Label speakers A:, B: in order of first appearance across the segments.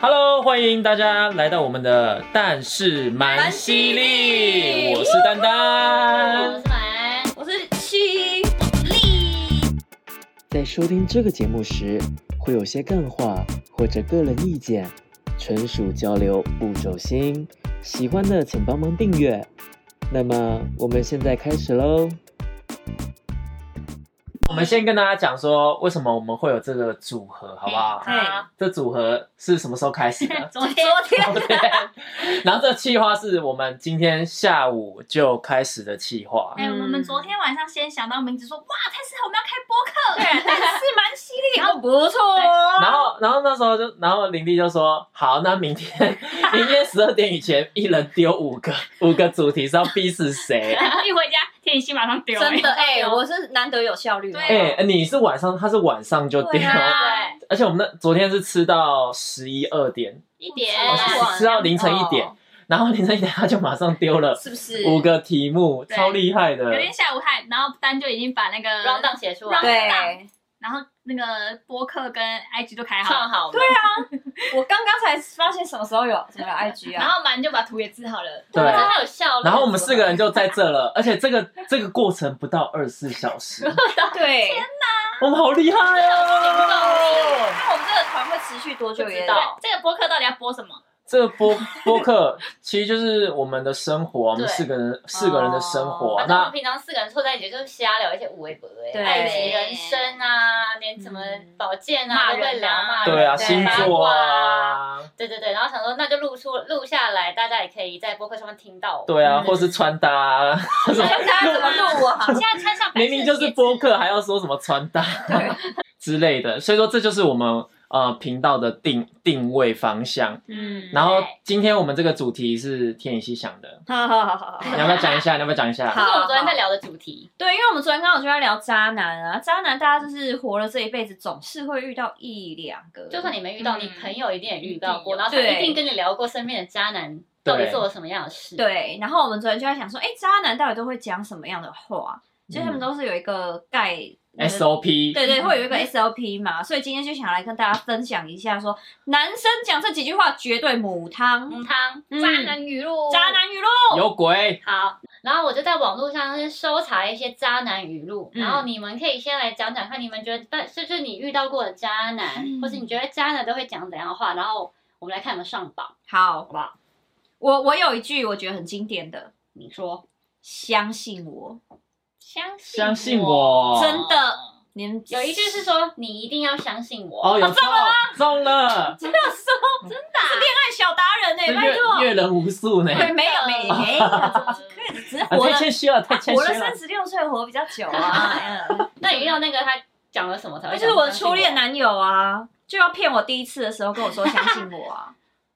A: Hello，欢迎大家来到我们的《但是蛮犀利》，我是丹
B: 我
A: 丹
B: 是。满，我是七力。
C: 在收听这个节目时，会有些干话或者个人意见，纯属交流，不走心。喜欢的请帮忙订阅。那么我们现在开始喽。
A: 我们先跟大家讲说，为什么我们会有这个组合，好不好？
D: 嗯
B: 嘿好？
A: 这组合是什么时候开始的
B: 昨天昨天
A: 昨天 然后这计划是我们今天下午就开始的计划。
D: 哦
B: 哎、我们昨天晚上先想到名字说，哇，太适合我们要开播客，对，但是蛮犀利，然后不错哦。
A: 然后，然后那时候就，然后林弟就说：“好，那明 天，明天十二点以前，一人丢五个，五个主题是要逼死 谁？
D: 哎
B: 一回家，天宇星马上丢、
D: 真的
B: 哎
D: 哎、我是难得有效率。
B: 对
A: 哎、你是晚上，他是晚上就
D: 哎
A: 丢，
B: 对啊，
A: 而且我们那昨天是吃到十一二点，
B: 一点
D: 哦
A: 是
D: 哇
A: 吃到凌晨一点，
D: 哦
A: 然后凌晨一点他就马上丢了
D: 是不是？
A: 五个题目，
B: 对
A: 超厉害的
B: 有。点下午害，然后丹就已经把那个
D: round down 结束了，
B: round
D: 对
B: down，然后那个播客跟 IG 都开好
D: 唱
B: 了，
D: 好。对啊，我刚刚才发现什么时候有什么有 IG
B: 然
D: 啊？
B: 后蛮就把图也治好了，
A: 对
B: 哇有效率
A: 然后我们四个人就在这了，而且这个这个过程不到二十四小时，
D: 对，
A: 我们好厉害哦！
D: 那我们这个团会持续多久
B: 不
D: 也
B: 知道这个播客到底要播什么？
A: 这个播播客其实就是我们的生活，我们
B: 对
A: 四个人四个人的生活啊
E: 反。正我
A: 那
E: 们平常四个人凑在一起就是瞎聊一些无微不微，
D: 对
E: 爱情、人生啊，连什么保健
B: 骂
E: 啊都
B: 人啊
E: 会聊嘛。
A: 对啊，
D: 对
A: 星座啊，
E: 对对对，然后想说那就录出录下来，大家也可以在播客上面听到我。
A: 对啊，
D: 嗯
A: 或是穿搭啊，什么
D: 大家怎么录啊我好
B: 现？在穿上白色的
A: 明明就
B: 鞋
A: 是
B: 子
A: 播客，还要说什么穿搭
D: 对
A: 之类的，所以说这就是我们呃频道的定定位方向。
B: 嗯
A: 然后
E: 对
A: 今天我们这个主题是天野希想的，
D: 好好好好好。
A: 你要不要讲一下？你要不要讲一下？
E: 这是我们昨天
D: 啊
E: 在聊的主题。
D: 对，因为我们昨天刚好就在聊渣男啊，渣男大家就是活了这一辈子，总是会遇到一两个，
E: 就算你没遇到，
B: 嗯
E: 你朋友一定也遇到过，
B: 一定有
E: 然后他一
D: 对
E: 定跟你聊过身边的渣男
A: 对
E: 到底做了什么样的事。，
D: 对。然后我们昨天就在想说，哎，渣男到底都会讲什么样的话？其实他们
A: 嗯
D: 都是有一个概、那个
A: SOP
D: 对对，会有一个 SOP 嘛，所以今天就想来跟大家分享一下说男生讲这几句话绝对母汤，
E: 母汤
D: 嗯
B: 渣男语录，
D: 渣男语录。
A: 有鬼，
E: 好，然后我就在网络上先搜查一些渣男语录，
D: 嗯
E: 然后你们可以先来讲讲看，你们觉得，但是就是你遇到过的渣男，
D: 嗯
E: 或是你觉得渣男都会讲怎样的话，然后我们来看有没有上榜，
D: 好
E: 好，不好？
D: 我我有一句我觉得很经典的，
E: 你说，
D: 相信我，
E: 相信
A: 相信我
D: 真的你们
E: 有一句是说，你一定要相信我。
A: 哦，有
D: 啊
A: 中中了，
D: 真的说真的、是恋爱小达人呢、
A: 这
D: 拜
A: 阅
D: 托，
A: 阅人无数呢，
D: 对，没有 没有 没有，可以只是
A: 啊
D: 活
A: 太
D: 了
A: 谦虚了，太谦
D: 活
A: 虚
D: 了
A: 了
D: 三。十六岁，活比较久啊，嗯
E: 那你遇到那个他讲了什么才会
D: 那
E: 讲？
D: 就是我的初
E: 相
D: 恋
E: 信
D: 男友啊，就要骗我第一次的时候跟我说相信我啊。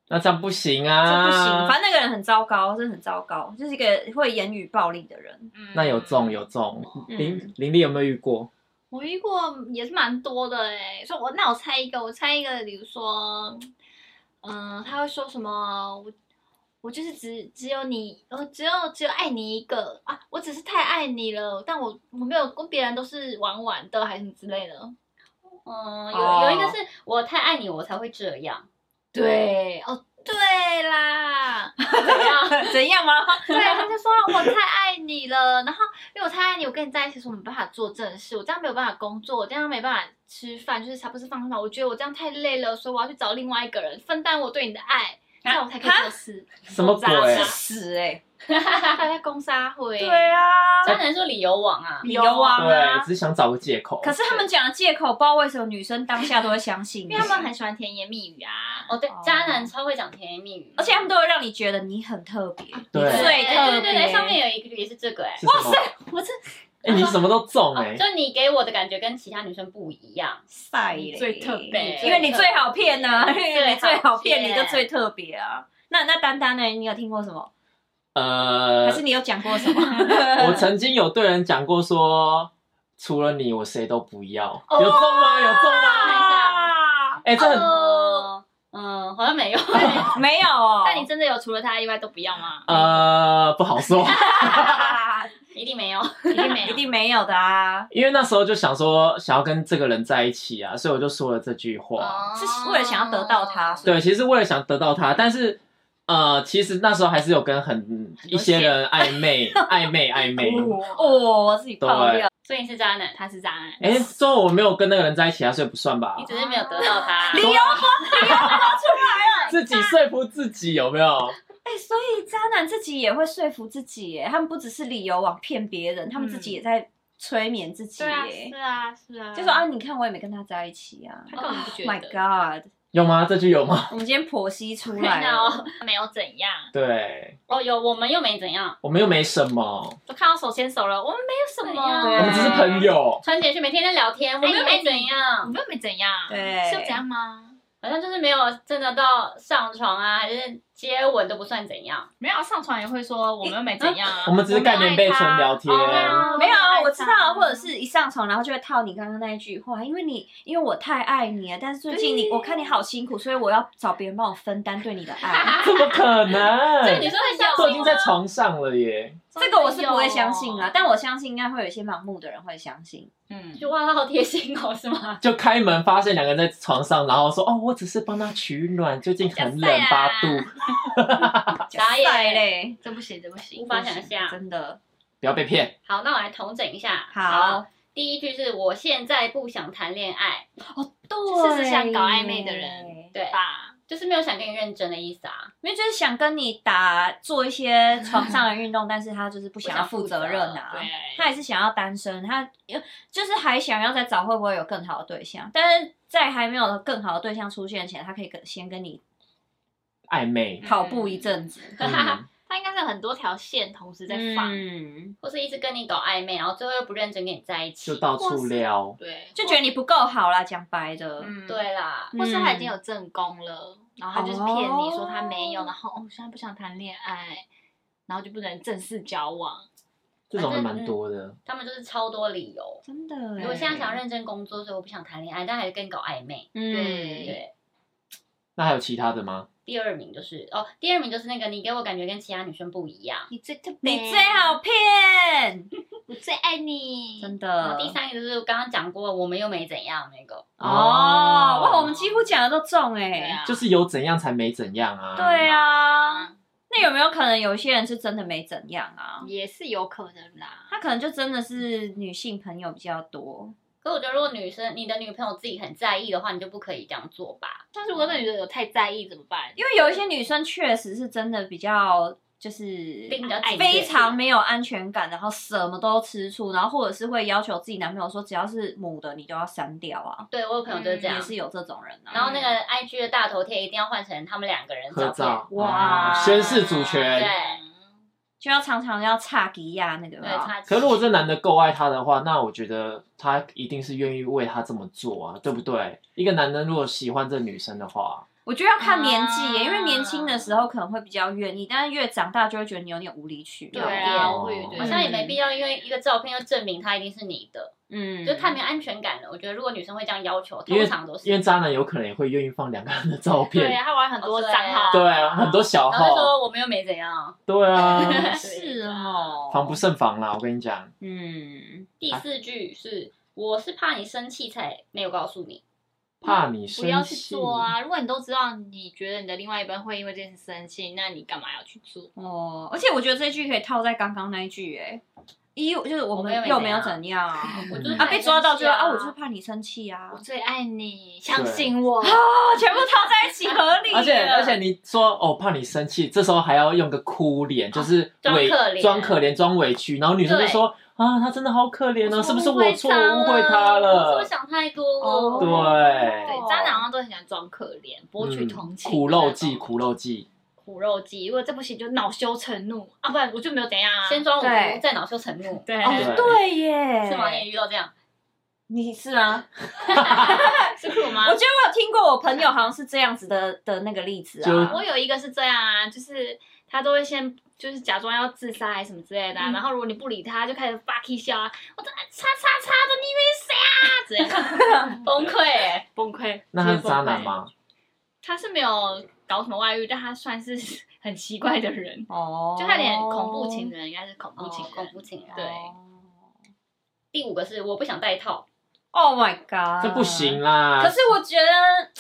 A: 那这样不行
D: 这
A: 啊，
D: 不行，反正那个人很糟糕，真的很糟糕，就是一个会言语暴力的人。
B: 嗯
A: 那有中有中，
D: 嗯
A: 林林丽有没有遇过？
B: 我遇过也是蛮多的哎、欸，所以我那我猜一个，我猜一个，比如说，嗯、他会说什么？我我就是只只有你，我只有只有爱你一个啊，我只是太爱你了，但我我没有跟别人都是玩玩的，还是什么之类的。
E: 我嗯，
D: 哦
E: 有有一个是我太爱你，我才会这 样。
B: 对，哦，对啦，哦
E: 怎样
D: 怎样吗？
B: 对，他就说我太爱你了，然后因为我太爱你，我跟你在一起，所以我没办法做正事，我这样没有办法工作，我这样没办法吃饭，就是才不是放松。我觉得我这样太累了，所以我要去找另外一个人分担我对你的爱，这样我才可以做事。
A: 什么
B: 手
A: 鬼
B: 扎
D: 去
A: 啊？
D: 死哎！
B: 他在攻杀会，
D: 对啊，
E: 渣男说理由网啊，
D: 理由王
A: 对，
D: 啊
A: 只。是想找个借口。
D: 可是他们讲的借口，不知道为什么女生当下都会相信，
B: 因为他们很喜欢甜言蜜语啊。
E: 哦对
D: 哦，
E: 渣男超会讲甜言蜜语，
D: 而且他们都会让你觉得你很特别，你
A: 对
D: 最特
E: 对对对，上
D: 别。
E: 面有一个也是这个哎、
A: 哇塞，
B: 我这
A: 哎，你什么都中哎
E: 哦，就你给我的感觉跟其他女生不一样，
D: 晒嘞
B: 最特别
D: 因为你最好骗呐，因
E: 最好骗
D: 为你最好骗，你就最特别啊。 那那丹丹呢？你有听过什么？啊还
A: 呃
D: 是，你呃有讲过什 么？
A: 我曾经有对人讲过说，除了你我谁都不要，
E: 哦
A: 有中吗？有中吗？
D: 啊
A: 哎，这很
E: 呃，嗯，好像没有，
D: 没有哦。
A: 呃
B: 但你真的有除了他以外都不要吗？
A: 呃不好说，
D: 啊
E: 一定没有。
B: 一定没
D: 一
B: 有。
D: 定没有的啊，
A: 因为那时候就想说想要跟这个人在一起啊，所以我就说了这句话。
B: 哦
D: 是为了想要得到他
A: 对，其实为了想得到他，但是呃，其实那时候还是有跟很一些人暧昧、暧昧、暧昧。
D: 哦，我自己爆料，
E: 所以你是渣男，
B: 他是渣男，
A: 哎，最后我没有跟那个人在一起啊，所以不算吧
E: 你。只是没有得到他。
A: 理由 自己说服自己有没有？
D: 哎、所以渣男自己也会说服自己耶，他们不只是理由网骗别人，他们自己也在催眠自己
B: 对啊，
D: 耶，
B: 是啊，是啊，
D: 就说啊，你看我也没跟他在一起啊
E: 他根本不觉
D: ，Oh my
E: 得。
D: God，
A: 有吗？这句有吗？
D: 我们今天剖析出来
E: 看 到
D: 了，
E: 哦
B: 没有怎样，
A: 对，
E: 哦，有我们又没怎样，
A: 我们又没什么，
B: 都看到手牵手了，我们没有什么，
E: 对
A: 我
E: 啊
A: 们只是朋友。
E: 传简讯每天在聊天，我们又没怎
B: 我
E: 样，
B: 们又没怎样，
D: 对
B: 是有怎样吗？
E: 好像就是没有真的到上床啊，还是接吻都不算怎样。
B: 没有啊上床也会说我们又没怎样啊，
A: 我们只是盖棉被纯聊天
B: 我们爱他哦
D: 没有啊，我
B: 们
D: 知
B: 爱他
D: 道，或者是一上床然后就会套你刚刚那一句话，因为你因为我太爱你了，但是最近你我看你好辛苦，所以我要找别人帮我分担对你的爱。
A: 怎么可能？
E: 这个女生会
A: 都
E: 笑
A: 已经在床上了耶！
D: 这个我是不会相信啊啦，，但我相信应该会有一些盲目的人会相信。
B: 嗯，
E: 就哇，他好贴心哦，是 吗？
A: 就开门发现两个人在床上，然后说：“哦，我只是帮他取暖，最近很冷，
B: 假赛
A: 八
B: 啊
A: 度，
E: 傻眼
D: 塞嘞，
B: 这不行，这不行
E: 无，法想象。
D: 真的
A: 不要被骗。
E: 好，那我来统整一下。
D: 好，
E: 第一句是我现在不想谈恋爱，
B: 就是是想搞暧昧的人，
E: 对
B: 吧？
E: 就是没有想跟你认真的意思啊。
D: 因为就是想跟你打做一些床上的运动，但是他就是不想要负责任啊。
B: 对，
D: 他也是想要单身，他呃就是还想要再找会不会有更好的对象，但是在还没有更好的对象出现前，他可以跟先跟你
A: 暧昧，
D: 跑步一阵子，
A: 嗯、
B: 他应该是有很多条线同时在放，
D: 嗯，
E: 或是一直跟你搞暧昧，然后最后又不认真跟你在一起，
A: 就到处撩。
B: 对，
D: 就觉得你不够好啦，讲白的，
B: 嗯，
E: 对啦，
B: 或是他已经
D: 嗯
B: 有正宫了，然后他就是骗你说他没有，
D: 哦
B: 然后哦，我现在不想谈恋爱，然后就不能正式交往。
A: 这种人蛮多的，
E: 他们就是超多理由。
D: 真的
E: 我
D: 欸，
E: 现在想要认真工作，所以我不想谈恋爱，但还是跟你搞暧昧。
D: 嗯，
E: 对，
A: 那还有其他的吗？
E: 第二名就是哦，第二名就是那个你给我感觉跟其他女生不一样。
B: 你最特别，
D: 你最，好骗，
B: 我最爱你。
E: 然
D: 真的
E: 后，第三个就是我刚刚讲过，我们又没怎样那个。
D: 哦，哇，我们几乎讲的都中
B: 对
D: 哎，
B: 啊，
A: 就是有怎样才没怎样啊？
D: 对
E: 嗯
D: 啊，那有没有可能有些人是真的没怎样啊？
B: 也是有可能啦。
D: 他可能就真的是女性朋友比较多，
E: 可我觉得，如果女生你的女朋友自己很在意的话，你就不可以这样做吧？
B: 但是如果那女的有太在意怎么办？
D: 因为有一些女生确实是真的比较就是
E: 比较谨
D: 非
E: 慎
D: 常没有安全感，然后什么都吃醋，然后或者是会要求自己男朋友说只要是母的你都要删掉啊，
E: 对我有朋友就是这样。
D: 也是有这种人
E: 然
D: 啊。
E: 后那个 IG 的大头贴一定要换成他们两个人
A: 合
E: 的
A: 照
E: 照嗯
D: 哇
A: 哦宣誓主
E: 对
A: 权。
D: 就要常常要差迪亚那个
E: 片，
D: 有啊没
E: 对，
D: 有
E: 差
A: 可如果这男的够爱她的话，那我觉得他一定是愿意为她这么做啊，对不对？一个男人如果喜欢这女生的话，
D: 我觉得要看年纪耶，
B: 啊
D: 因为年轻的时候可能会比较愿意，但是越长大就会觉得你有点无理取闹。
B: 对
E: 有
B: 啊，
A: 点
B: 我会有
E: 好
B: 点
E: 像也没必要，因为一个照片要证明他一定是你的，
D: 嗯，
E: 就太没安全感了。我觉得如果女生会这样要求，
A: 因为
E: 通常都是
A: 因为渣男有可能也会愿意放两个人的照片，
B: 对啊，他玩很多
E: 哦对
B: 账
E: 啊
B: 号，
A: 对啊，很多小
E: 然后就
A: 号，
E: 说我们又没怎样。
A: 对啊，
D: 是哦，
A: 防不胜防啦。我跟你讲，
D: 嗯，
E: 第
A: 啊
E: 四句是我是怕你生气才没有告诉你，
A: 怕你生气，
B: 不要去做啊！如果你都知道，你觉得你的另外一半会因为这件事生气，那你干嘛要去做？
D: 哦，而且我觉得这句可以套在刚刚那一句，哎，一就是我
E: 我
D: 们
E: 们
D: 又
E: 又
D: 没
E: 没
D: 有
E: 有
D: 怎
E: 怎
D: 样
E: 我就是
D: 啊，
E: 怕
D: 被
E: 你
D: 抓到就
E: 生气
D: 啊，我就是怕你生气啊
B: 我，最爱你，相信我。
D: 哦，全部套在一起合理了，
A: 而且 而且你说哦怕你生气，这时候还要用个哭脸，就是委
E: 装可怜
A: 装可怜装委屈，然后女生就说啊他真的好可怜哦，是不是我错我误会他
E: 我是不
A: 了哦
E: 是？想太多了？
A: 对
B: 对，渣男好像都很喜欢装可怜，博取
A: 嗯
B: 同情。
A: 苦肉计，苦肉计，
B: 苦肉计。如果这不行，就恼羞成怒啊！不然我就没有怎样啊。
E: 先装无
D: 对
E: 辜，再恼羞成 怒，
B: 对
D: 哦，对 耶，
E: 是吗？你也遇到这样？
D: 你是啊，
B: 是苦吗
D: 我？觉得我有听过，我朋友好像是这样子的的那个例子啊
A: 就，
B: 我有一个是这样啊，就是他都会先就是假装要自杀还是什么之类的啊、
D: 嗯
B: 然后如果你不理他，就开始发气笑啊，我真的叉叉叉的， 你以为是谁啊？这样
E: 崩溃欸，
B: 崩溃。
A: 那他是渣男吗？
B: 他是没有搞什么外遇，但他算是 很奇怪的人，
D: 哦
B: 就他连恐怖情人应该是恐怖情
E: 哦
B: 人，
E: 恐怖情
D: 啊
E: 人。
B: 对
E: 第五个是我不想戴套，
D: ，Oh my god，
A: 这不行啦。
D: 啊可是我觉得，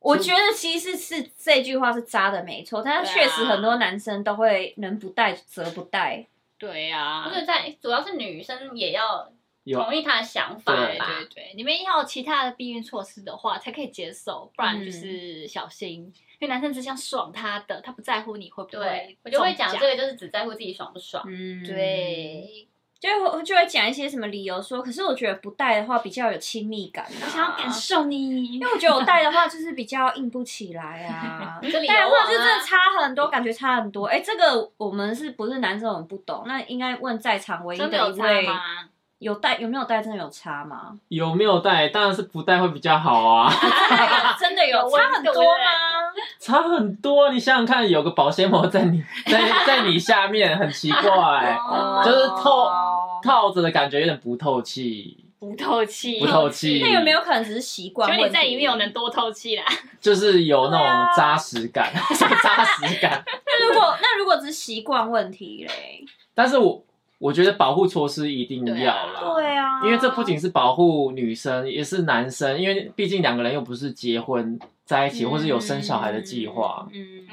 D: 我觉得其实是这句话是渣的没错，但是确实很多男生都会能不带则不带。
B: 对啊呀
D: 啊
E: 不，是在，主要是女生也要
A: 有
E: 同意他的想法
B: 对
E: 吧
B: 对。对，你们要有其他的避孕措施的话才可以接受，不然
E: 嗯
B: 就是小心，因为男生只想爽他的，他不在乎你会不
E: 对
B: 会，
E: 我就会讲
B: 中
E: 这
B: 奖。
E: 个就是只在乎自己爽不爽。
D: 嗯，，
B: 对，
D: 就会就会讲一些什么理由说，可是我觉得不带的话比较有亲密感、啊，
B: 我想要感，受你
D: 因，为我觉得我带的话就是比较硬不起来啊。
E: 这里有
D: 带的
E: 我
D: 话就
E: 啊
D: 真的差很多，感觉差很多。哎、这个我们是不是男生我们不懂？那应该问在场唯一
B: 真
D: 的
B: 的有
D: 一
B: 差
D: 位
B: 吗？
D: 有带有没有带，真的有差吗？
A: 有没有带？当然是不带会比较好啊，
D: 真的有
B: 有
D: 差
B: 温
D: 很
B: 度
D: 多吗？
A: 差很多。你想想看，有个保鲜膜在你在在你下面，很奇怪，
B: 哦
E: 嗯
A: 就是透套着的感觉有点不透气，
B: 不透气，
A: 不透气。
D: 那有没有可能只是习惯
B: 请
D: 问题？
B: 问你在里面有能多透气啦？
A: 就是有那种扎实感， 什么扎实感？
D: 那如果那如果只是习惯问题嘞？
A: 但是我我觉得保护措施一定要啦。
D: 对啊，
A: 因为这不仅是保护女生，也是男生，因为毕竟两个人又不是结婚在一起，或是有生小孩的计划。
D: 嗯嗯，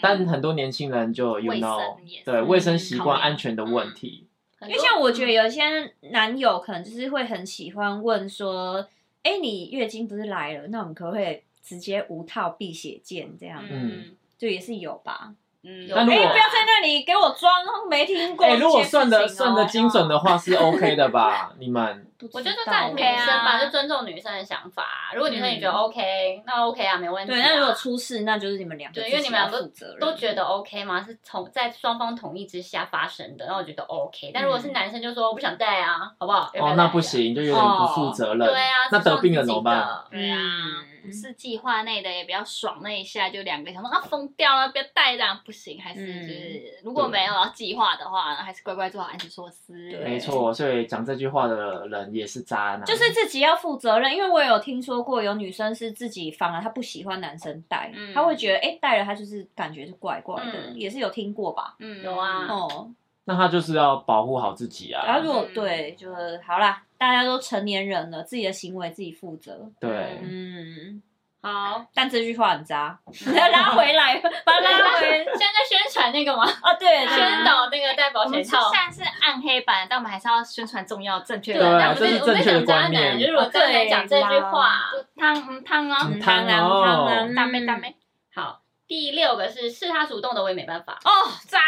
A: 但很多年轻人就 you
B: 卫
A: know，
B: 生也嗯是
A: 对卫生习
B: 考
A: 惯、
B: 量
A: 安全的问题，
E: 很
D: 因为
E: 多嗯
D: 像我觉得有一些男友可能就是会很喜欢问说，哎，你月经不是来了？那我们可不可以直接无套避血剑这样？
A: 嗯
E: 嗯
D: 就也是有吧？
B: 嗯，
E: 有
A: 那如
D: 哎，
A: 果
D: 不要在那里给我装没听过
A: 哎、
D: 这件事情哦。
A: 如果算的算的精准的话，是 OK 的吧？你们
D: 不知道，
E: 我觉得在女
B: OK
E: 生吧，
B: 啊
E: 就尊重女生的想法。啊如果女生也觉得
D: 嗯
E: OK，那 OK 啊，没问题啊。
D: 对，那如果出事，那就是你们两个
E: 对因为
D: 自己
E: 你们
D: 要
E: 两个
D: 负责任
E: 都觉得 OK 吗？是同在双方同意之下发生的，那我觉得 OK。但如果是男生就说我不想戴啊，好不好？要要
A: 哦，
E: 戴
A: 那
E: 啊
A: 不。行，就有点不负责任。
E: 对啊，
A: 那
E: 是撞
A: 得病了
E: 自己
A: 怎么办？
E: 的？
B: 对啊，
D: 嗯
B: 不是计划内的也比较爽那一下，就两个想说啊疯掉了，不要带这样不行，还是就是、如果没有要计划的话，还是乖乖做好安全措施。
D: 对
A: 没错，所以讲这句话的人也是渣男，
D: 就是自己要负责任，因为我有听说过有女生是自己反而她不喜欢男生带，
E: 嗯
D: 她会觉得哎带、了她就是感觉就怪怪的，
E: 嗯
D: 也是有听过吧？
B: 嗯
E: 有啊
D: 哦，
A: 那他就是要保护好自己
D: 然
A: 啊。
D: 后如果、
B: 嗯
D: 对，就是好啦，大家都成年人了，自己的行为自己负责。
A: 对，
D: 嗯，
E: 好，
D: 但这句话很渣， 要拉回来，把它拉回
E: 现在在宣传那个吗？
D: 啊，对，对
E: 宣导那个戴保
B: 我们
E: 险
B: 虽
E: 套。
B: 然是暗黑版，但我们还是要宣传重要正确
A: 对
B: 的。
E: 那我
A: 这是
E: 们
A: 正确的
E: 我们在讲渣
A: 观念
E: 男，就是我渣男讲这句话。
B: 汤嗯汤哦，
A: 嗯
D: 当然
A: 哦
D: 当然
B: 大妹大妹，
E: 好，第六个是是他主动的，我也没办法。
D: 哦，渣，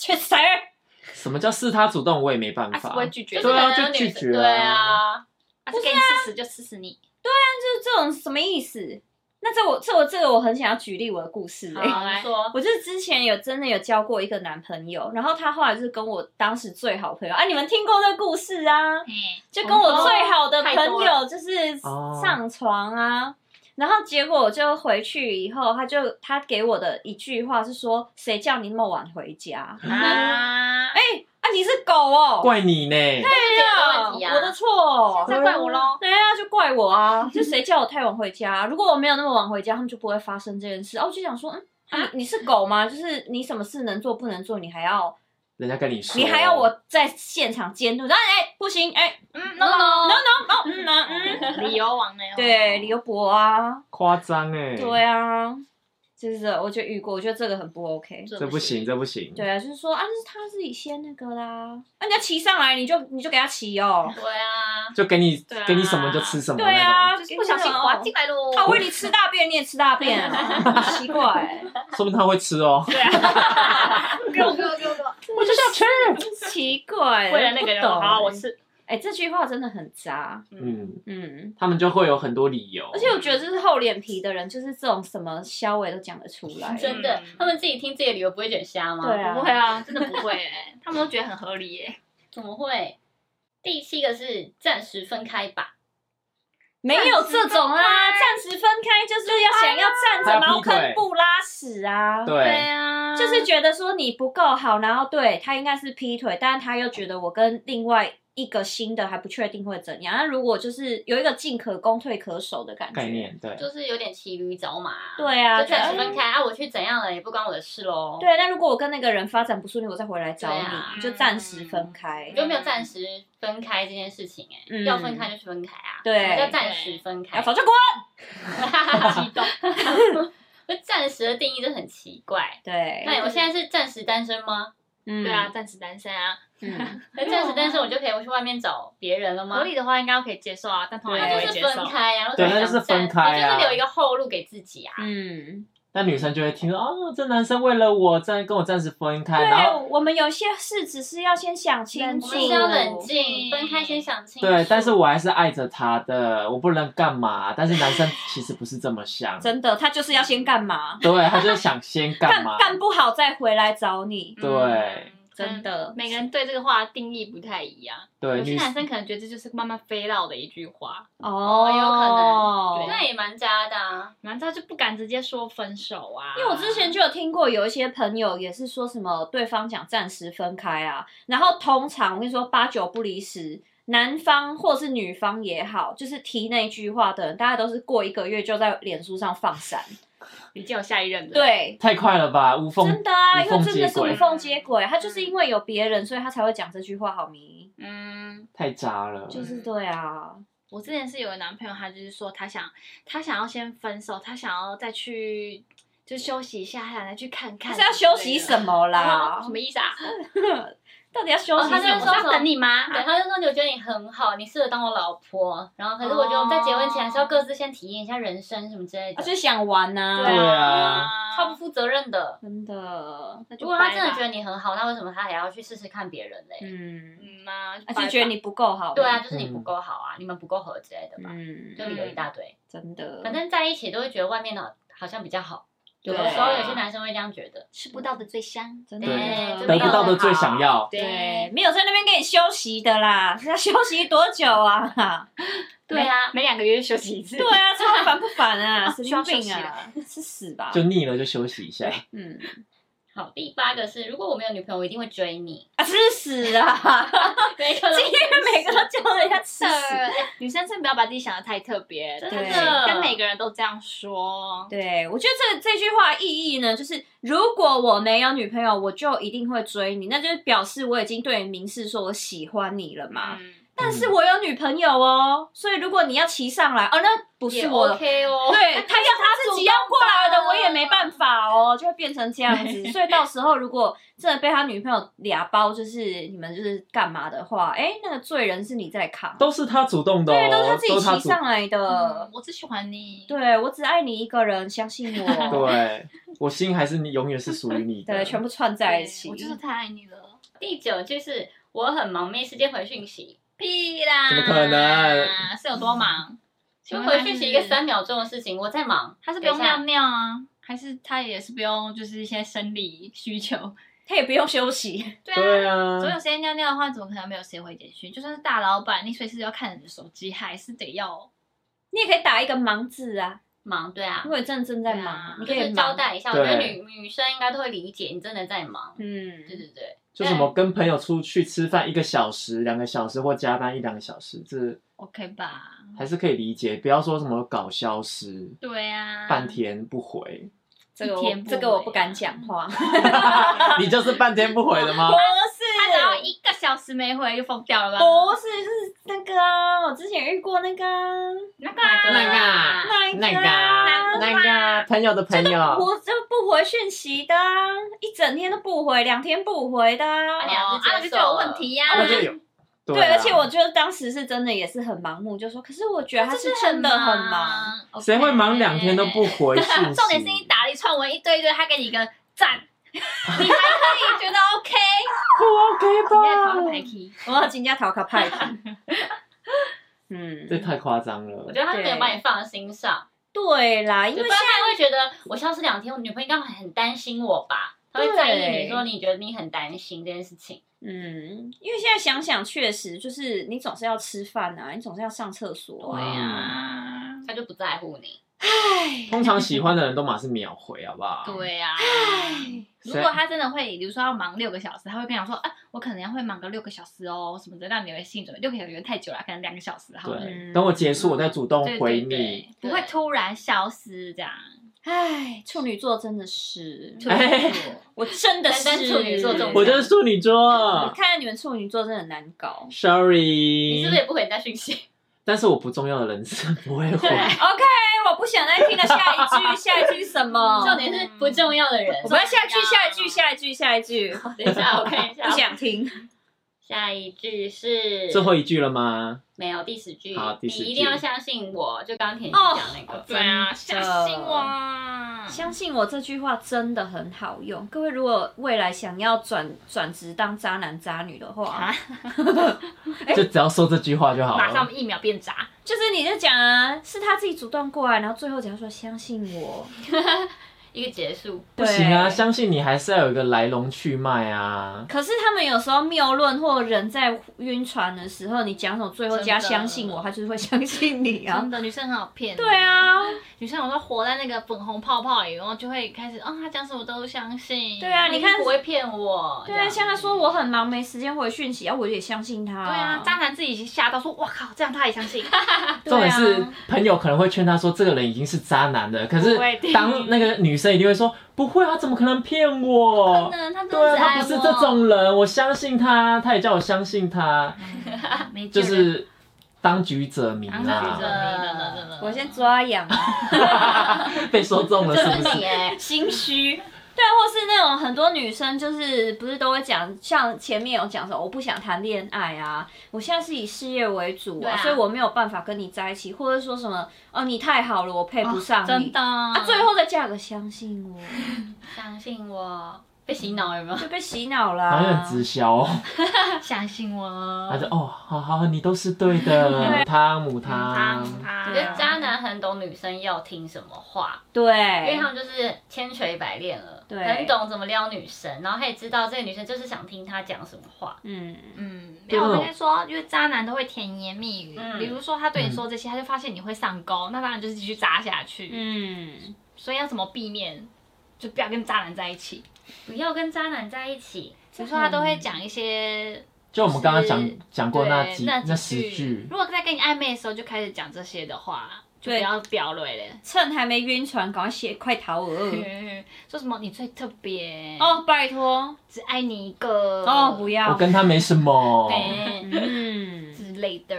D: 去 死！
A: 什么叫是他主动，我也没办
B: 他是
A: 法。
B: 不会拒绝
E: 就
A: 对
E: 是
B: 的，
E: 可
A: 啊
E: 能有
A: 就拒
E: 女生
A: 绝啊
E: 对啊，
B: 他是给你吃屎就吃死你。
D: 就是这种什么意思？那这我这我这个我很想要举例我的故事、哎。
E: 好来说，
D: 我就是之前有真的有交过一个男朋友，然后他后来就是跟我当时最好朋友，啊，你们听过这故事啊？
B: 嘿
D: 就跟我最好的朋
E: 哦太多
D: 友就是
A: 哦
D: 上床啊，然后结果我就回去以后，他就他给我的一句话是说，谁叫你那么晚回家？
B: 啊，
D: 哎、啊，你是狗哦、
A: 怪你呢，
D: 对
E: 这
D: 啊
E: 个问题啊
D: 我的错哦、
B: 现在怪我喽。
D: 对啊，就怪我啊！就谁叫我太晚回家、如果我没有那么晚回家，他们就不会发生这件事。哦，我就想说，嗯，啊、你你是狗吗？就是你什么事能做不能做，你还要
A: 人家跟你说，
D: 你还要我在现场监督。然后哎，不行，哎，
B: 嗯，no no no，
D: 哦，嗯啊，嗯，
B: 理由王哦呢？
D: 对，李优博啊，
A: 夸张哎，
D: 对啊，就是这我就遇过，我觉得这个很不 OK。
A: 这不行，这不行，
D: 对啊，就是说啊，就是他自己先那个啦，啊，你要骑上来，你就你就给他骑哦。
E: 对啊，
A: 就给你
B: 对啊
A: 给你什么就吃什么
D: 对啊
A: 那，
B: 就是不小心滑进来喽。
D: 他喂你吃大便，你也吃大便啊，奇怪、
A: 种，说不定他会吃哦。
B: 给我给我给我给我！
D: 我就想吃，奇怪，
B: 为了那个人，哦
D: 不懂
B: 好，我是
D: 哎、这句话真的很渣，
A: 嗯，
D: 嗯，
A: 他们就会有很多理由，
D: 而且我觉得就是厚脸皮的人，就是这种什么消委都讲得出来，
E: 真的
B: 嗯，
E: 他们自己听自己的理由不会卷瞎吗？
D: 对啊
A: 嗯
B: 不会啊，真的不会哎，他们都觉得很合理耶。
E: 怎么会？第七个是暂时分开吧，
D: 没有这种啦，暂时分开就是要想要站着
A: 他要
D: 茅
A: 劈腿
D: 坑不拉屎啊。
A: 对，
B: 啊
D: 就是觉得说你不够好，然后对他应该是劈腿，但是他又觉得我跟另外一个新的还不确定会怎样。那如果就是有一个进可攻退可守的感
A: 概
D: 觉，
A: 念，对，
E: 就是有点骑驴找马，
D: 对啊，
E: 就暂时
D: 就哎
E: 分开啊，我去怎样了也不关我的事喽。
D: 对，但如果我跟那个人发展不顺利，我再回来找
E: 对
D: 你，
E: 啊
D: 就暂时分开
E: 我。就没有暂时分开这件事情哎、
D: 嗯
E: 要分开就是分开啊，
D: 对
E: 什么叫暂时分开
D: 要， 吵就滚。
E: 激动。那 暂时的定义就很奇怪。
D: 对，
E: 那我现在是暂时单身吗？
D: 嗯
B: 对啊，，暂时单身啊，
D: 嗯，
E: 那暂时单身我就可以去外面找别人了吗？
B: 合理的话应该可以接受啊，但通常
E: 那就
B: 也会
E: 是
B: 接受
E: 分。开呀、啊，
A: 对
E: 如
A: 那
E: 果
A: 就是
E: 想
A: 分开啊
E: 你就是留一个后路给自己啊。
D: 嗯，
A: 那女生就会听说哦，这男生为了我暂跟我暂时分开，啊然
D: 对
A: 后，
D: 我们有些事只是要先想清
B: 冷
E: 我
D: 楚，
E: 们是要冷静，
B: 嗯
E: 分开先想清楚。
A: 对，但是我还是爱着他的，我不能干嘛。但是男生其实不是这么想，
D: 真的，他就是要先干嘛？
A: 对他就是想先干
D: 干
A: 嘛？
D: 干不好再回来找你，
A: 对
E: 嗯
D: 真的。
B: 每个人对这个话的定义不太一样，
A: 对，
B: 有些
A: 女
B: 男生可能觉得这就是慢慢飞到的一句话，
D: 哦
E: 有
B: 对
E: 那也蛮渣的啊。
B: 然后他就不敢直接说分手啊。
D: 因为我之前就有听过有一些朋友也是说什么对方讲暂时分开啊，然后通常我跟你说八九不离十，男方或是女方也好，就是提那句话的人，大概都是过一个月就在脸书上放闪，
B: 已经有下一任了，，
D: 对。
A: 太快了吧，无缝
D: 真的啊，
A: 无
D: 因
A: 缝
D: 为真的是
A: 接轨
D: 无缝接轨，他就是因为有别人，所以他才会讲这句话，好迷，
B: 嗯，
A: 太渣了，
D: 就是对啊，
B: 我之前是有个男朋友，他就是说他想他想要先分手，他想要再去就休息一下，他想再去看
D: 他
B: 看。
D: 是要休息什？么啦
B: 什？么意思啊？
D: 到底要休息
E: 哦他
D: 什
E: 就
D: 么？
E: 是说
B: 他等你吗？
E: 对，他就说你我觉得你很好，你适合当我老婆。然后可是我觉得我们在结婚前还是要各自先体验一下人生什么之类
D: 他
E: 的，
D: 就想玩呐、
A: 对啊
B: 啊
E: 啊超不负责任的。
D: 真的，
B: 那就
E: 如果他
B: 掰
E: 真的
B: 吧
E: 觉得你很好，那为什么他还要去试试看别人嘞？
D: 嗯，
B: 嗯呐，
D: 他就觉得你不够好，
E: 对啊，，就是你不够好啊，你们不够合之类的吧，
D: 嗯，
E: 就理由一大堆。
D: 真的，
E: 反正在一起都会觉得外面的好像比较好，有
D: 对
E: 的时候有些男生会这样觉得。
B: 吃不到的最香，
D: 真
E: 对
D: 的
E: 就
A: 得不到的最
E: 好
A: 想要。
D: 对，，没有在那边给你休息的啦，是要休息多久啊？
E: 对啊，
B: 每两个月就休息一次。
D: 对啊，这么烦不烦啊？神
B: 需要
D: 经
B: 休息
D: 病啊，吃屎吧！
A: 就腻了就休息一下，
D: 嗯，
E: 好，第八个是，如果我没有女朋友，我一定会追 你。
D: 啊，吃屎啊！
E: 每 个人
D: 今天每个都叫人家吃屎。
B: 是哎女生真的不要把自己想的太特别，
E: 真
D: 的
B: 跟每个人都这样说。
D: 对，我觉得这这句话意义呢，就是如果我没有女朋友，我就一定会追你，那就是表示我已经对你明示说我喜欢你了嘛。
B: 嗯，
D: 但是我有女朋友哦，所以如果你要骑上来，哦，那不
E: 也
D: 是我的
E: OK 哦。
D: 对他要他自己要过来
E: 主动
D: 的，
E: 的
D: 我也没办法哦，就会变成这样子。所以到时候如果真的被他女朋友俩包，就是你们就是干嘛的话，哎、那个罪人是你在扛，
A: 都是他主动的、哦，
D: 对，都是他自己骑
A: 主
D: 上来的。
B: 嗯我只喜欢你。
D: 呃对我只爱你一个人，相信我。
A: 对，啊我心还是你永远是属于你的。
D: 对，全部串在一起
B: 我。就是太爱你了。
E: 第九句是，我很忙，没时间回讯息。
B: 屁啦！
A: 怎么可能？
B: 是有多忙？
E: 就
D: 哦
E: 回讯息一个三秒钟的事情，我在忙。
B: 他是不用
E: 等一下
B: 尿尿啊，还是他也是不用就是一些生理需求？
D: 他也不用休息，
B: 对
A: 对
B: 总有
A: 啊，
B: 时间尿尿的话，怎么可能没有时间回简讯？就算是大老板，你随时要看你的手机，还是得要。
D: 你也可以打一个忙字啊。
E: 忙，对啊
D: 如，果你真的正在
B: 对
D: 忙
B: 啊，
D: 你
E: 你
D: 可
E: 就
D: 以
E: 是
D: 忙
E: 交。代一下。我觉得
A: 对
E: 女女生应该都会理解，你真的在忙。
D: 嗯，
E: 对对对，
A: 就什么跟朋友出去吃饭一个小时、两个小时或加班一两个小时，这
B: OK 吧？
A: 还是可以理解。不要说什么搞消失，
D: 嗯
B: 对啊，
A: 半 天不回，
D: 这个
B: 一
D: 我
B: 天不
D: 这个我
B: 回
D: 不
B: 啊
D: 敢讲话。
A: 你就是半天不回的吗
D: 不？是，
B: 他只要一个小时没回就疯掉了吧？
D: 不是，是那个啊，我之前遇过那个啊
B: 那个啊
A: 那
D: 那
A: 那
D: 个啊
A: 个那个朋友的朋友，
D: 我就不回讯息的啊，一整天都不回，两天不回的啊。
E: 哎呀
B: 哦，啊，就就有问题呀、
A: 那就有。对
D: 对，
A: 啊
D: 而且我觉得当时是真的也是很盲目，就说，可是我觉得他是真的很忙。
B: OK
A: 谁会忙两天都不回信息？
B: 重点是你打了一串文一堆一堆，他给你一个赞， 你还可以觉得 OK，
A: 不
B: 你在讨
A: OK
B: 论
A: 吧？
B: 排 k
D: 我要请假逃卡派去。嗯，
A: 这太夸张了
E: 我。觉得他没有
D: 对
E: 把你放在心上，
D: 对啦，因
E: 对
D: 为
E: 不然他会觉得我消失两天，我女朋友应该会很担心我吧？他会在意你说你觉得你很担心这件事情。
D: 嗯，因为现在想想，确实就是你总是要吃饭啊，你总是要上厕所啊、
A: 对
B: 啊，
E: 他就不在乎你。
A: 通常喜欢的人都马是秒回，好不好？
B: 对呀、
A: 嗯
B: 如
A: 所以
B: 果他真的会，比如说要忙六个小时，他会跟你讲说，啊，我可能要会忙个六个小时哦，什么的，让你有心理准备。六个小时有点太久了，可能两个小时好了。
A: 对，等我结束我再主动
B: 嗯对
A: 回
B: 对
A: 你。
B: 对，不会突然消失 这样。
D: 唉，处女座真的是，
B: 处女
A: 哎
B: 座
D: 我真的是
E: 单单处女座这种
A: 我就是啊处女
D: 我
A: 座
D: 看来你们处女座真的很难搞。
A: ，sorry。
E: 你是不是也不回人家讯息？
A: 但是我不重要的人 是不会回
D: 对。，OK，我不想再听了。下一 句，下一句是什么？
E: 重点是不重要的人。
D: 我们要下一句，下一句，下一句，下一句，
E: 等一下，我看一下。
D: 不想听。
E: 下一句是
A: 最后一句了吗？
E: 没有第十句，
A: 好第十句
E: 你一定要相信我，就刚刚甜心
D: 哦
E: 讲那个。
B: 对啊，
D: 真的
B: 相信我啊，
D: 相信我，这句话真的很好用。各位如果未来想要转转职当渣男渣女的话
B: 啊，
A: 就只要说这句话就好了。
B: 哎马上一秒变渣。
D: 就是你就讲啊，是他自己主动过来，然后最后只要说相信我，
E: 一个结束，
A: 不行啊，
D: 对
A: 相信你还是要有一个来龙去脉啊。
D: 可是他们有时候谬论或人在晕船的时候，你讲什么最后加
B: 真的
D: 相信我，他就是会相信你啊
B: 真。的，女生很好骗。
D: 对，啊，
B: 女生有时候活在那个粉红泡泡里，然后就会开始，啊，她讲什么都相信。
D: 对啊，你看
E: 不，会骗我。
D: 对
E: 这
D: 啊，
E: 样
D: 像他说我很忙没时间回讯息，啊，我也相信他。
B: 对啊，渣男自己吓到说：“哇靠，这样他也 相信。
A: 重点
D: 对
A: 是
D: 啊
A: 朋友可能会劝他说，这个人已经是渣男了。可是
B: 不会的
A: 当那个女生一定会说，不会啊，怎么可能骗”我？
B: 能他真
A: 对啊，
B: 的只爱
A: 他
B: 我
A: 不是这，种人，我相信他，他也叫我相信 他，
B: 嗯没
A: 就
B: 救了
A: 是当局者迷
B: 当局者迷，真
A: 啊，
B: 的真的。
D: 我先抓痒啊。
A: 被说中了
E: 就是
A: 不
E: 是
A: 是？
E: 你哎，
D: 心虚。 对，啊或是那种很多女生就是不是都会讲，像前面有讲说我不想谈恋爱啊，我现在是以事业为主
E: 对
D: 啊，
E: 啊
D: 所以我没有办法跟你在一起，或者说什么哦你太好了，我配不上你。
B: 真的。啊
D: 啊，最后再嫁个相信我，
E: 相信我，被洗脑有没有？
D: 就被洗脑啦、
A: 好像很直销哦，
B: 啊相信我。
A: 他就哦，好好，你都是对 的，汤姆汤，
B: 嗯他
D: 啊
E: 我觉得渣男很懂女生要听什么话，因为
D: 对
E: 他，们就是千锤百炼了，
D: 对
E: 很懂怎么撩女生，然后他也知道这个女生就是想听他讲什么话。
D: 嗯，
B: 嗯，没
A: 对
B: 有，
A: 那
B: 我
A: 种
B: 跟你说，因为渣男都会甜言蜜语，
E: 嗯
B: 比如说他对你说这些，他就发现你会上钩，那当然就是继续渣下去。
D: 嗯，
B: 所以要怎么避免，就不要跟渣男在一起。
E: 不要跟渣男在一起，
B: 比如说他
A: 嗯
B: 都会讲一些
A: 就我们刚刚讲
B: 就是
A: 讲过
B: 对
A: 那几
B: 那
A: 那十句
B: 如，果在跟你暧昧的时候就开始讲这些的话，就不
D: 对
B: 要表泪了。
D: 趁还没晕船，赶快写，快逃鹅。
B: 嗯说什么你最特别，
D: 哦，拜托，
B: 只爱你一个
D: 哦，不
A: 我
D: 要，
A: 跟他没什 么，
E: 对，
D: 嗯。
B: 之类的。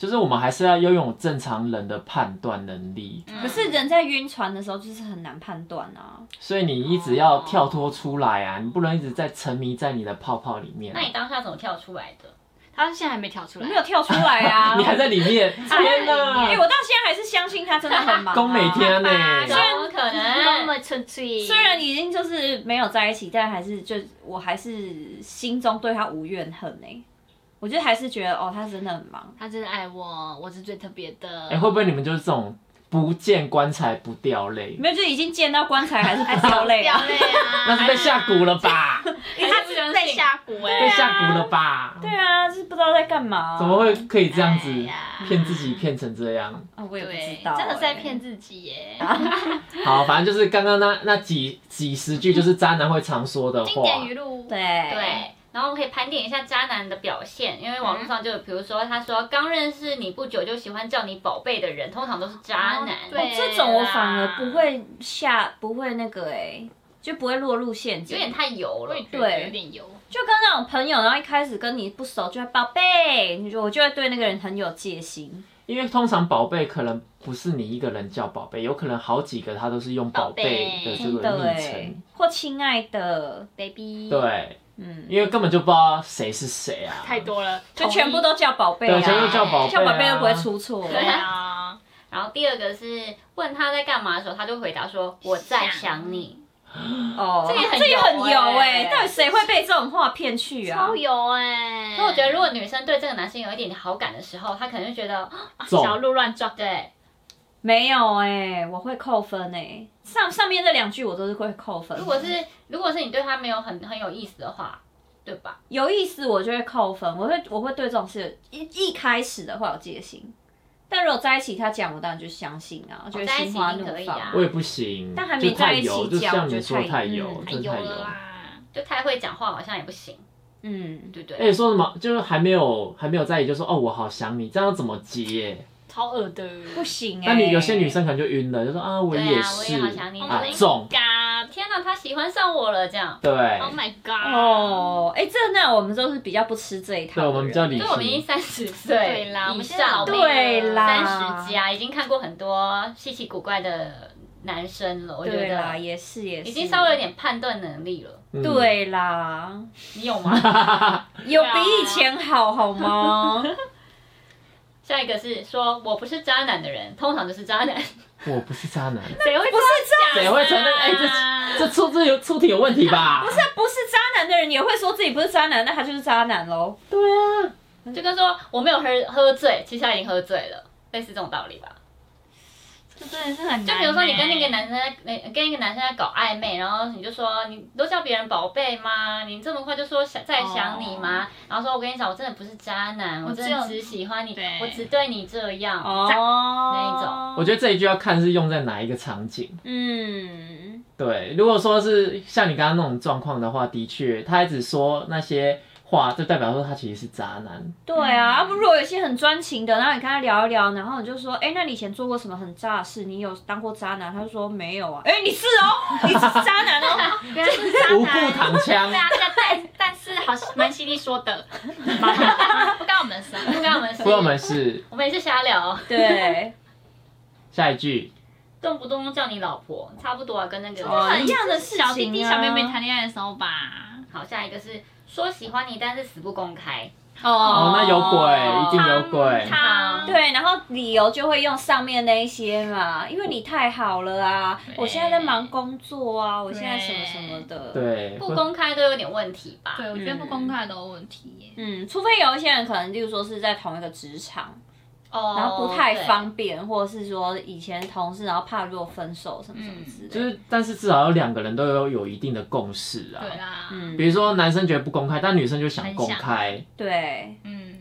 A: 就是我们还是要拥有正常人的判断能力，
B: 嗯
D: 可是人在晕船的时候，就是很难判断啊。
A: 所以你一直要跳脱出来啊，你不能一直在沉迷在你的泡泡里面啊
E: 那。你当下怎么跳出来的？
B: 他现在还没跳出
D: 我
B: 来
D: 没，有跳出来啊
A: 你。还在里面，天
D: 哎、
A: 哪！
D: 我到现在还是相信他真的很 忙、啊。
A: 公每天
E: 怎
A: 呢，
E: 么可
B: 那
E: 能？
B: 么纯粹。
D: 虽然已经就是没有在一起，但还是就我还是心中对他无怨恨哎、我就还是觉得哦，他真的很忙。
B: 他真的爱我，我是最特别的。
A: 哎，会不会你们就是这种不见棺材不掉泪？
D: 没有，就已经见到棺材还是不掉泪啊。
B: 泪啊哎
A: 那是被下蛊了吧？
B: 他只能被下蛊哎、
A: 被下蛊了吧？
D: 对啊，就是不知道在干嘛、
A: 怎么会？可以这样子
B: 哎呀
A: 骗自己骗成这样？
D: 啊，我也不
B: 对
D: 知，道、
B: 真的是在骗
D: 子。
B: 自己 耶、
A: 啊好，反正就是刚刚那那几几十句，就是渣男会常说的
B: 经
A: 话。
B: 典语录，
D: 对，
E: 对，然后我们可以盘点一下渣男的表现，因为网络上就有，比如说他说刚认识你不久就喜欢叫你宝贝的人，通常都是渣男。
B: 哦对啦
D: 这种我反而不会下，不会那个哎、就不会落入陷
E: 有
D: 阱。
E: 点太油了。
B: 觉得有点油。
D: 就跟那种朋友，然后一开始跟你不熟，就会宝贝，你就我就会对那个人很有戒心。
A: 因为通常宝贝可能不是你一个人叫宝贝，有可能好几个他都是用宝贝的这
D: 真
A: 个
D: 的
A: 昵
D: 哎
A: 称。，
D: 或亲爱的，
B: baby，，
A: 对，
D: 嗯，
A: 因为根本就不知道谁是谁啊。
B: 太多了，
D: 就全部都叫宝贝、啊，
A: 对，全部叫宝贝、啊，
D: 叫宝贝都不会。出错。
B: 对啊，
E: 然后第二个是问他在干嘛的时候，他就回答说我在想你。
D: 哦，
E: 这也很
D: 这也很
E: 油
D: 油哎、
E: 欸
D: 到底谁会被这种话骗去啊
B: 超？油哎、
E: 所以我觉得，如果女生对这个男生有一点点好感的时候，她可能就觉得啊
A: 走
B: 小鹿乱撞，
E: 对，
D: 没有哎、我会扣分哎、上上面这两句我都是会扣分。
E: 如果
B: 嗯
E: 是如果是你对他没有很很有意思的话，对吧？
D: 有意思，我就会扣分。我会我会对这种事一一开始的话有戒心，但如果在一起，他讲我当然就相信啊，我觉得
E: 哦在一起
D: 心花
E: 一定
D: 怒
E: 可以
D: 放。
E: 啊
A: 我也不行，
D: 但还没
A: 就太
D: 在一起
A: 油，就
D: 讲
A: 像
D: 就
A: 你说
D: 太
A: 太油
D: 嗯，
B: 太
A: 真的
B: 油
A: 太油
B: 了。啦，
E: 就太会讲话好像也不行，
D: 嗯，
E: 对不对？
A: 哎，说什么就是还没有还没有在一起，就说哦我好想你，这样要怎么接？
B: 超恶的，
D: 不行哎、
A: 那你有些女生可能就晕了，就说啊我
E: 对啊
A: 也
E: 我也
A: 是
E: 好想你
A: 啊
E: 我也
A: 中，
B: God，
E: 天哪，他喜欢上我了，这样。
A: 对，
B: Oh my god！
D: 哦，哎、这那我们都是比较不吃这一套
A: 对
D: 的
A: 我
D: 人，
A: 们比较理
E: 所以我们已经
A: 性，
E: 三十岁，
B: 对啦，我们现在老妹了
D: 对啦
E: 三十加，已经看过很多稀奇古怪的男生了，我觉
D: 对啦，
E: 得
D: 也是也是，
E: 已经稍微有点嗯判断能力了。
A: 嗯，
D: 对啦，
E: 你有吗？
D: 有比以前好好吗？
E: 啊下一个是说我不是渣男的人，通常就是渣男，
A: 我不是渣 男，
E: 谁会不是
D: 啊
A: 谁会承认？哎，这这出这有出题有问题吧？
D: 不是不是渣男的人也会说自己不是渣男，那他就是渣男喽。
E: 就跟说我没有喝喝醉，其实他已经喝醉了，类似这种道理吧。
B: 这真的是很难欸
E: 就比如说你跟那个男生在，呃跟一个男生在搞暧昧，然后你就说你都叫别人宝贝吗？你这么快就说想再想你吗？然后说我跟你讲，我真的不是渣男，我
B: 我只
E: 真
B: 有
E: 的只喜欢你
B: 对，
E: 我只对你这样。
D: 哦，
E: 那
A: 我觉得这一句要看是用在哪一个场景。
D: 嗯，
A: 对，如果说是像你刚刚那种状况的话，的确，他一直说那些话，就代表说他其实是渣男。
D: 对啊，要不如果有一些很专情的，然后你跟他聊一聊，然后你就说，哎、那你以前做过什么很渣的事？你有当过渣男？他就说没有啊。哎、你是哦， 你是渣男 哦。
B: 原来是
E: 啊
B: 渣
A: 无故
B: 男，
A: 躺枪
B: 对，啊，但但但是好像蛮犀利说的， 不干我们的事啊，
E: 不关我们事，
A: 不过我们是
E: 我们也是瞎聊，
D: 对，
A: 下一句，
E: 动不动叫你老婆，差不多啊，跟那个。
D: 哦一样的事情啊
B: 小弟弟小妹妹谈恋爱的时候吧。
E: 好，下一个是说喜欢你，但是死不公开。
A: 哦，那有鬼，一定有鬼。
B: 他
D: 对，然后理由就会用上面那一些嘛，因为你太好了啊，我现在在忙工作啊，我现在什么什么的。，
A: 对，
E: 不公开都有点问题吧？
B: 对，我觉得不公开都有问题耶。
D: 嗯，除非有一些人可能，例如说是在同一个职场，
E: 哦，
D: 然后不太
E: 对
D: 方便，或者是说以前同事，然后怕如果分手什么什么之类
E: 嗯
D: 的。
A: 就是，但是至少有两个人都有有一定的共识啊。
B: 对啦，
D: 嗯，
A: 比如说男生觉得不公开，但女生就想
B: 很
A: 公
B: 想
A: 开，
D: 对，
B: 嗯，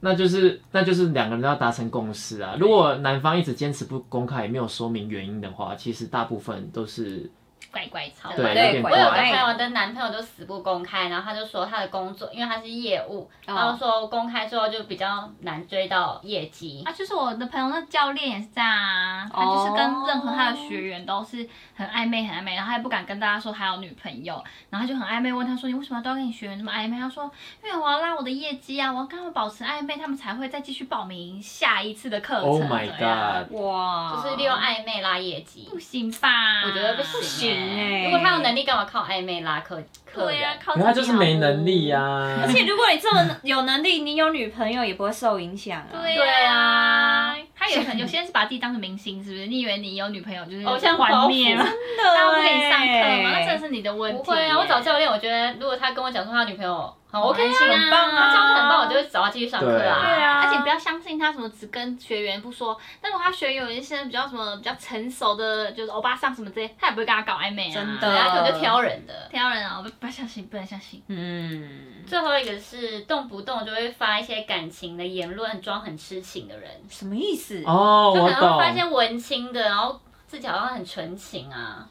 A: 那就是那就是两个人要达成共识啊。如果男方一直坚持不公开，也没有说明原因的话，其实大部分都是
B: 怪怪超
A: 对有
D: 对
A: 点
E: 我
D: 拐
E: 有个
A: 怪
D: 拐。
E: 朋友的男朋友就死不公开，然后他就说他的工作，因为他是业务，然后
D: 哦，
E: 说公开之后就比较难追到业绩
B: 啊，。就是我的朋友那教练也是这样啊，他就是跟
E: 哦
B: 任何他的学员都是很暧昧很暧昧，然后他也不敢跟大家说他有女朋友，然后他就很暧昧问他说你为什么都要跟你学员那么暧昧？他说因为我要拉我的业绩啊，我要跟他们保持暧昧，他们才会再继续报名下一次的课程。
A: Oh my
B: 这样
A: god！
D: 哇，
E: 就是利用暧昧拉业绩
B: 不，行吧？
E: 我觉得不行、欸。
D: 欸
E: 如果他有能力，干嘛靠暧昧拉客客
B: 对啊呀、
E: 人？
B: 靠
A: 可是
B: 自己好
A: 他就是没能力啊。
D: 而哎且如果你这么有能力，你有女朋友也不会受影响啊。
B: 对
E: 对
B: 啊
E: 啊，
B: 他有可能有些人是把自己当成明星，是不是？你以为你有女朋友就是
E: 偶像包袱
B: 幻灭吗？
D: 真的哎欸，
B: 大家不给你上课吗？那真的是你的问题。
E: 不会啊，我找。教练，我觉得如果他跟我讲说他女朋友很
B: 哦
E: OK 啊，
B: 很
D: 很棒啊
E: 他教的很棒，我就会找他继续上课
D: 对
E: 啊。
D: 啊，
B: 而且不要相信他什么只跟学员不说，但如果他学员有一些比较什么比较成熟的，就是欧巴桑什么之类，他也不会跟他搞暧昧啊。
D: 真
E: 对
D: 的
E: 他可能就挑人的。
B: 挑人啊，我不不要相信，不能相信。
D: 嗯，
E: 最后一个是动不动就会发一些感情的言论，装很痴情的人。
D: 什么意思？
A: 哦，
E: 就可
A: 我
E: 能会发一些
A: 懂。
E: 文青的，然后自己好像很纯情啊，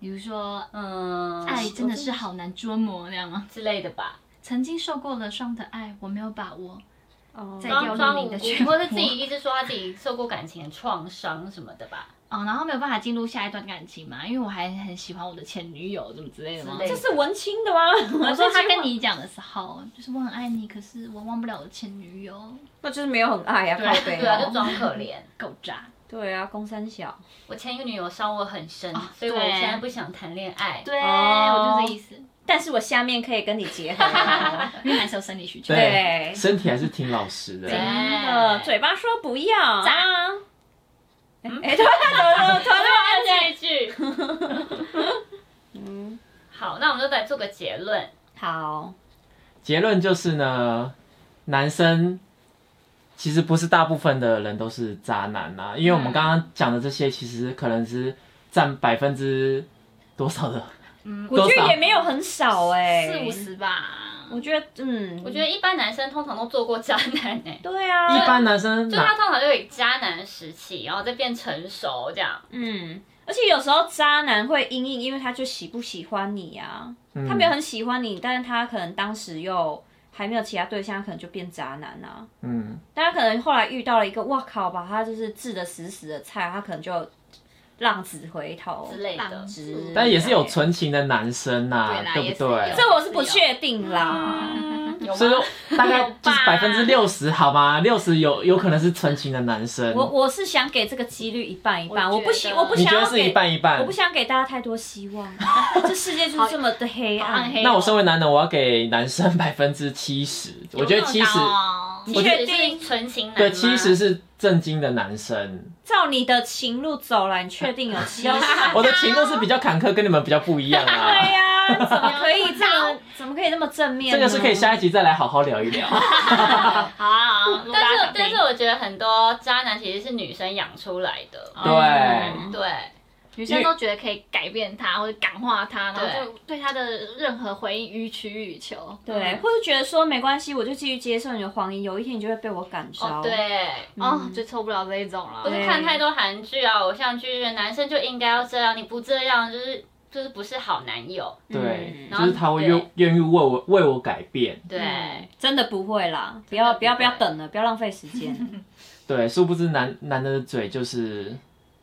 B: 比如说，
E: 嗯，
B: 爱哎真的是好难捉摸，那样吗？
E: 之类的吧，
B: 曾经受过了伤的爱，我没有把握。
D: 哦
B: 在
E: 装
B: 妖
E: 装
B: 娆
E: 无
B: 你的
E: 辜，
B: 漩
E: 或者
B: 涡
E: 自己一直说他自己受过感情的创伤什么的吧，
B: 哦，然后没有办法进入下一段感情嘛，因为我还很喜欢我的前女友，怎么之类的吗
E: 之？类
D: 这是文青的吗？
B: 我
D: 我
B: 说他跟，你讲的时候，就是我很爱你，可是我忘不了我的前女友，
D: 那就是没有很爱呀，
B: 对
D: 靠背
E: 对啊，就
D: 哦。
E: 装可怜。
B: 狗渣。
D: 对啊，公三小，
E: 我前一个女友伤我很深
B: 啊，
E: 所以我
B: 对
E: 现在不想谈恋爱。
B: 对，
D: 哦
B: 我就这意思。
D: 但是我下面可以跟你结合 哦。
B: 因为男生有生理需求。
D: 对
A: 身体还是挺老实的
E: 对。
D: 真的，嘴巴说不要
B: 渣
D: 啊。哎，哎突然怎么突
E: 看这
D: 然
E: 一句。
A: 嗯
E: 好，那我们就来做个结论。
D: 好，
A: 结论就是呢，男生其实不是大部分的人都是渣男啊，因为我们刚刚讲的这些，其实可能是占百分之多少的
B: 嗯，
D: 我觉
A: 多
D: 得
A: 少
D: 也没有很少哎、
B: 四五。十吧。
D: 我觉得，嗯，
E: 我觉得一般男生通常都做过渣男
A: 嗯
E: 哎、
D: 对啊，
A: 一般男生
E: 就
A: 哪
E: 他通常就有渣男时期，然后再变成熟这样。
D: 嗯，而且有时候渣男会因应，因为他就喜不喜欢你啊，
A: 嗯
D: 他没有很喜欢你，但是他可能当时又还没有其他对象，他可能就变渣男啊。
A: 嗯，
D: 但他可能后来遇到了一个，哇靠，把他就是治的死死的菜，他可能就浪子回头
E: 之类的
D: 浪子
B: 嗯
A: 但也是有纯情的男生呐、
B: 对啦
A: 对
B: 也
A: 不
B: 是有
A: 对？
D: 这我是不确定啦。
E: 嗯，有
A: 所以
E: 吗？
A: 说大概
B: 有吧
A: 就是百分之六十好吗？六十有有可能是纯情的男生，
D: 我我是想给这个几率一半一半，我
B: 我觉得
D: 不希我不
A: 你
D: 想
A: 觉得
D: 要
A: 是一
D: 给，
A: 半一半？
D: 我不想给大家太多希望，这世界就是这么的黑
B: 好暗
D: 暗。
B: 黑
A: 那我身为男人，我要给男生百分之七十，我觉得七十、
D: 哦
E: 我
A: 我
E: 觉
A: 觉
D: 得
E: 得是纯情男吗
A: 对七十是正经的男生。
D: 照你的情路走来，你确定有七十？
A: 我的情路是比较坎坷，跟你们比较不一样
D: 对
A: 啊。
D: 呀、怎么可以这么怎么可以那么正面
A: 这
D: 呢？
A: 个是可以下一集再来好好聊一聊。
B: 好啊，好啊如果
E: 但
B: 大家
A: 嗯
E: 是
B: 想
E: 但
B: 听
E: 是我觉得很多渣男其实是女生养出来的。
A: 对，
D: 嗯
E: 对，
B: 女生都觉得可以改变他或者感化他，然后
E: 对
B: 就对他的任何回应予取予求。
D: 对，或是觉得说没关系，我就继续接受你的谎言，有一天你就会被我感召。
E: 哦对。
A: 嗯
B: 哦，最受不了这一种
E: 不
B: 了。
E: 是看太多韩剧啊、偶像剧，男生就应该要这样，你不这样就是就是不是好男友。
A: 对，
D: 嗯
A: 就是他会愿愿意为我为我改变。
E: 对，
D: 嗯真的不会啦，不要不要不要等了，不要浪费时间。
A: 对，殊不知男男人的嘴就是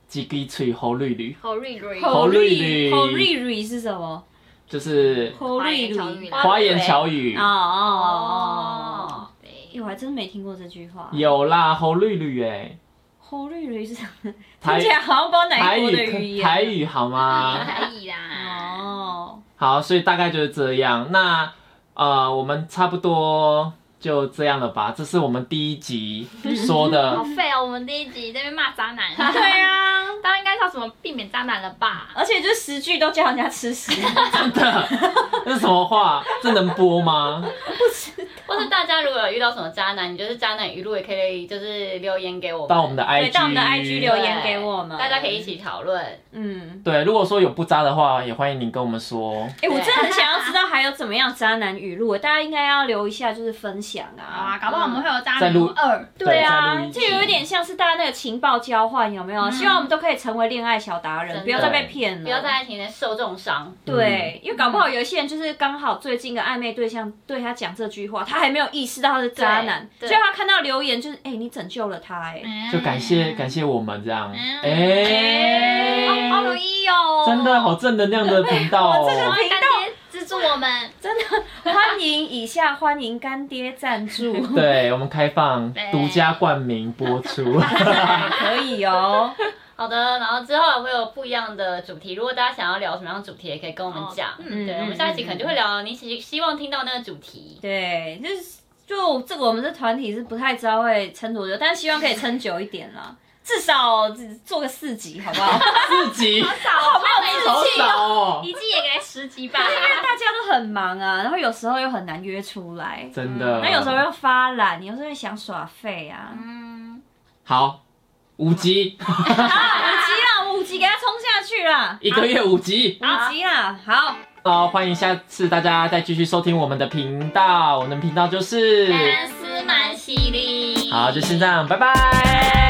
A: 叽叽脆吼绿绿，
B: 好瑞瑞，
A: 口绿绿
D: 口绿绿是什么？
A: 就是
D: 口绿
B: 花言巧语
D: 绿。
B: 啦
A: 花言巧语
D: 哦。哦哦
E: 哦，
D: 哎，我还真没听过这句话。
A: 有啦，吼绿绿哎、
D: 口绿绿是什么？
A: 台
D: 听起来好像不知道哪
A: 台
D: 一国的
A: 语
D: 语
A: 可
D: 言。
A: 台。语好 吗？
B: 可以啦。
D: 哦，
A: 好，所以大概就是这样。那呃，我们差不多就这样了吧？这是我们第一集说
B: 好
A: 的，
B: 废哦！我们第一集在那边骂渣 男，
D: 对啊。
B: 大家应该知道怎么避免渣男了吧？
D: 而且就十句都叫人家吃 屎，
A: 真的，这是什么话？这能播吗？
E: 或是大家如果有遇到什么渣男，你觉得渣男语录也可以就是留言给我们，
A: 到我们的 IG，
D: 对，到我们的 IG 留言给我们，
E: 大家可以一。起讨论。
D: 嗯，
A: 对，如果说有不渣的话，也欢迎您跟我们说。
D: 哎、我真的很想要知道还有怎么样渣男语录，大家应该要留一下，就是分享
B: 好啊，
D: 啊。
B: 搞不好我们会有渣
A: 再
B: 男
A: 录
B: 二。
D: 对
A: 再
D: 啊
A: 录，一
D: 就
A: 集嗯
D: 有一点像是大家那个情报交换，有没有？希望我们都可以成为恋爱小达
E: 真
D: 人，
E: 的
D: 不要再被骗了。
E: 不要在爱情里受重伤，
D: 对，
A: 嗯
D: 因为搞不好有一些人就是刚好最近的暧昧对象对他讲这句话，他还没有意识到他是渣男，所
E: 对
D: 以他看到留言就是，哎、你拯救了他、哎、
A: 就感谢感谢我们这样，
D: 嗯
A: 哎、
B: 哎，好好有意义哦！
A: 真的好正能量的频 道哦。
B: 欢迎干爹资助我们，真的
D: 欢迎以下欢迎干爹赞助，
A: 对我们开放
B: 对
A: 独家冠名播 出。
D: 对可以哦。
E: 好的，然后之后也会有不一样的主题，如果大家想要聊什么样的主题，也可以跟我们讲。
D: 嗯
E: 对，我们下一集可能就会聊你希希望听到那个主题。
D: 对，就是就这个我们这团体是不太知道会撑多久，但希望可以撑久一点啦，至少做个四集好不好？
A: 自己
B: 好棒
A: 好少哦，
B: 一季也给十集 吧。
D: 大家都很忙啊，然后有时候又很难约出来，
A: 真的。
D: 那有时候又发懒，有时候又想耍废啊。
B: 嗯，
A: 好五集，
D: 啊，五集啦，五集给他冲下去啦，
A: 一个月五集。
D: 五集啦，好，
A: 好，欢迎下次大家再继续收听我们的频道，我们的频道就是，
B: 丝蛮犀利
A: 好，就先这样，拜拜。